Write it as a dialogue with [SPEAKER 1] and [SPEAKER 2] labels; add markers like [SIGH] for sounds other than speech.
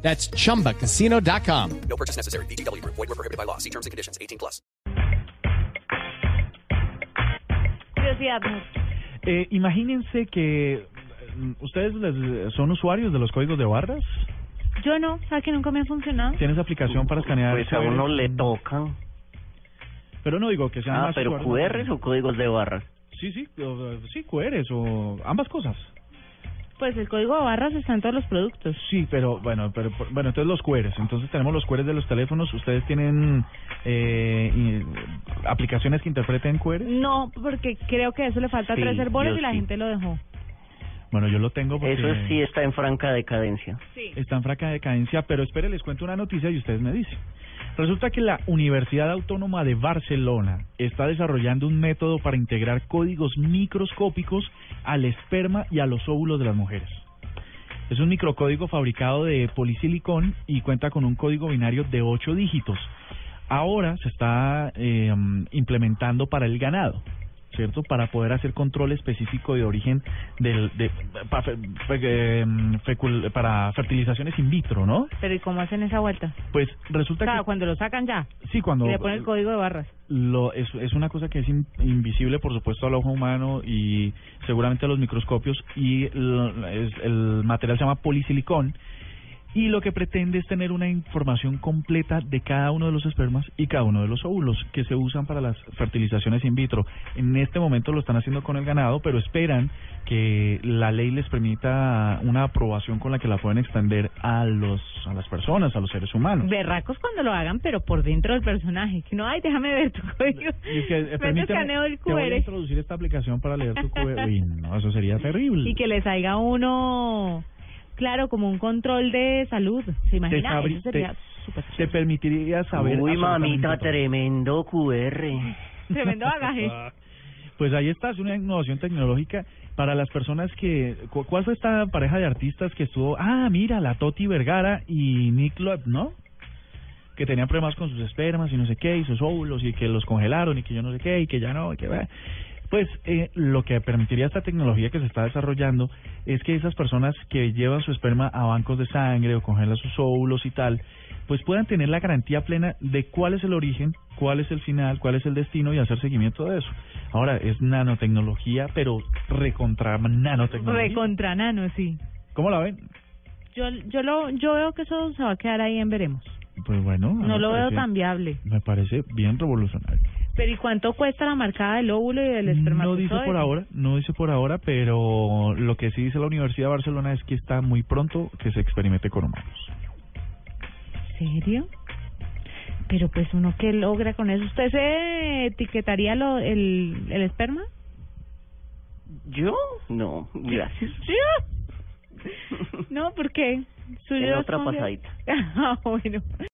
[SPEAKER 1] That's chumbacasino.com.
[SPEAKER 2] No purchase necessary. BGW. Void were prohibited by law. See terms and conditions. 18 plus.
[SPEAKER 3] Curiosidad, no.
[SPEAKER 4] Eh, imagínense que mm, ustedes les- son usuarios de los códigos de barras.
[SPEAKER 3] Yo no, ¿sabes que nunca me ha funcionado?
[SPEAKER 4] Tienes aplicación para escanear.
[SPEAKER 5] Pues a
[SPEAKER 4] QR?
[SPEAKER 5] uno le tocan.
[SPEAKER 4] Pero no digo que sean
[SPEAKER 5] Ah,
[SPEAKER 4] más
[SPEAKER 5] pero
[SPEAKER 4] usuarios.
[SPEAKER 5] QRs o códigos de barras.
[SPEAKER 4] Sí, sí, o- sí, QRs o ambas cosas.
[SPEAKER 3] Pues el código de barras está en todos los productos.
[SPEAKER 4] Sí, pero bueno, pero bueno, entonces los QRs. Entonces tenemos los QRs de los teléfonos. Ustedes tienen eh, y- aplicaciones que interpreten QRs.
[SPEAKER 3] No, porque creo que eso le falta
[SPEAKER 5] Sí,
[SPEAKER 3] tres herboles
[SPEAKER 5] yo
[SPEAKER 3] y la
[SPEAKER 5] sí.
[SPEAKER 3] gente lo dejó.
[SPEAKER 4] Bueno, yo lo tengo porque
[SPEAKER 5] Eso sí está en franca decadencia.
[SPEAKER 3] Sí.
[SPEAKER 4] está en fraca decadencia. Pero espere, les cuento una noticia y ustedes me dicen. Resulta que la Universidad Autónoma de Barcelona está desarrollando un método para integrar códigos microscópicos al esperma y a los óvulos de las mujeres. Es un microcódigo fabricado de polisilicón y cuenta con un código binario de 8 dígitos. Ahora se está eh, implementando para el ganado, ¿cierto? Para poder hacer control específico de origen del, de, pa- fe- fe- eh, fecul- para fertilizaciones in vitro, ¿no?
[SPEAKER 3] Pero ¿y cómo hacen esa vuelta?
[SPEAKER 4] Pues resulta
[SPEAKER 3] Claro,
[SPEAKER 4] que...
[SPEAKER 3] cuando lo sacan ya,
[SPEAKER 4] Sí, cuando
[SPEAKER 3] y le ponen el código de barras.
[SPEAKER 4] lo, es, es una cosa que es in- invisible, por supuesto, al ojo humano y seguramente a los microscopios. Y l- es- el material se llama polisilicón. Y lo que pretende es tener una información completa de cada uno de los espermas y cada uno de los óvulos que se usan para las fertilizaciones in vitro. En este momento lo están haciendo con el ganado, pero esperan que la ley les permita una aprobación con la que la pueden extender a los a las personas, a los seres humanos.
[SPEAKER 3] Berracos cuando lo hagan, pero por dentro del personaje. Que no, ay, déjame ver tu código.
[SPEAKER 4] Y es
[SPEAKER 3] [LAUGHS]
[SPEAKER 4] que, eh,
[SPEAKER 3] Ven, te
[SPEAKER 4] permíteme,
[SPEAKER 3] escaneo el
[SPEAKER 4] Te voy a
[SPEAKER 3] QR.
[SPEAKER 4] introducir esta aplicación para leer tu QR. Uy, no, eso sería terrible.
[SPEAKER 3] [LAUGHS] Y que le salga uno, claro, como un control de salud. ¿Se
[SPEAKER 4] te,
[SPEAKER 3] imagina?
[SPEAKER 4] sabri-
[SPEAKER 3] Eso sería
[SPEAKER 4] te-
[SPEAKER 3] súper
[SPEAKER 4] te
[SPEAKER 3] chévere.
[SPEAKER 4] permitiría saber.
[SPEAKER 5] Uy,
[SPEAKER 4] absolutamente
[SPEAKER 5] mamita,
[SPEAKER 4] todo.
[SPEAKER 5] tremendo QR.
[SPEAKER 4] [LAUGHS]
[SPEAKER 3] Tremendo bagaje.
[SPEAKER 4] Pues ahí está, es una innovación tecnológica para las personas que... cu- ¿Cuál fue esta pareja de artistas que estuvo? Ah, mira, la Toti Vergara y Nick Love, ¿no? Que tenían problemas con sus espermas y no sé qué, y sus óvulos, y que los congelaron, y que yo no sé qué, y que ya no, y que... va. Pues eh, lo que permitiría esta tecnología que se está desarrollando es que esas personas que llevan su esperma a bancos de sangre o congelan sus óvulos y tal, pues puedan tener la garantía plena de cuál es el origen, cuál es el final, cuál es el destino y hacer seguimiento de eso. Ahora, es nanotecnología, pero recontra nanotecnología.
[SPEAKER 3] Recontra nano, sí.
[SPEAKER 4] ¿Cómo la ven?
[SPEAKER 3] Yo, yo, lo, yo veo que eso se va a quedar ahí en veremos.
[SPEAKER 4] Pues bueno. a mí
[SPEAKER 3] No
[SPEAKER 4] me
[SPEAKER 3] lo veo
[SPEAKER 4] parece-
[SPEAKER 3] tan viable.
[SPEAKER 4] Me parece bien revolucionario.
[SPEAKER 3] Pero ¿y cuánto cuesta la marcada del óvulo y del
[SPEAKER 4] No
[SPEAKER 3] espermatozoide?
[SPEAKER 4] dice por ahora, no dice por ahora, pero lo que sí dice la Universidad de Barcelona es que está muy pronto que se experimente con humanos.
[SPEAKER 3] ¿Serio? Pero pues uno qué logra con eso. ¿Usted se etiquetaría lo, el, el esperma?
[SPEAKER 5] ¿Yo? No, gracias.
[SPEAKER 3] [LAUGHS] No, porque
[SPEAKER 5] En otra pasadita.
[SPEAKER 3] [LAUGHS] ah, bueno.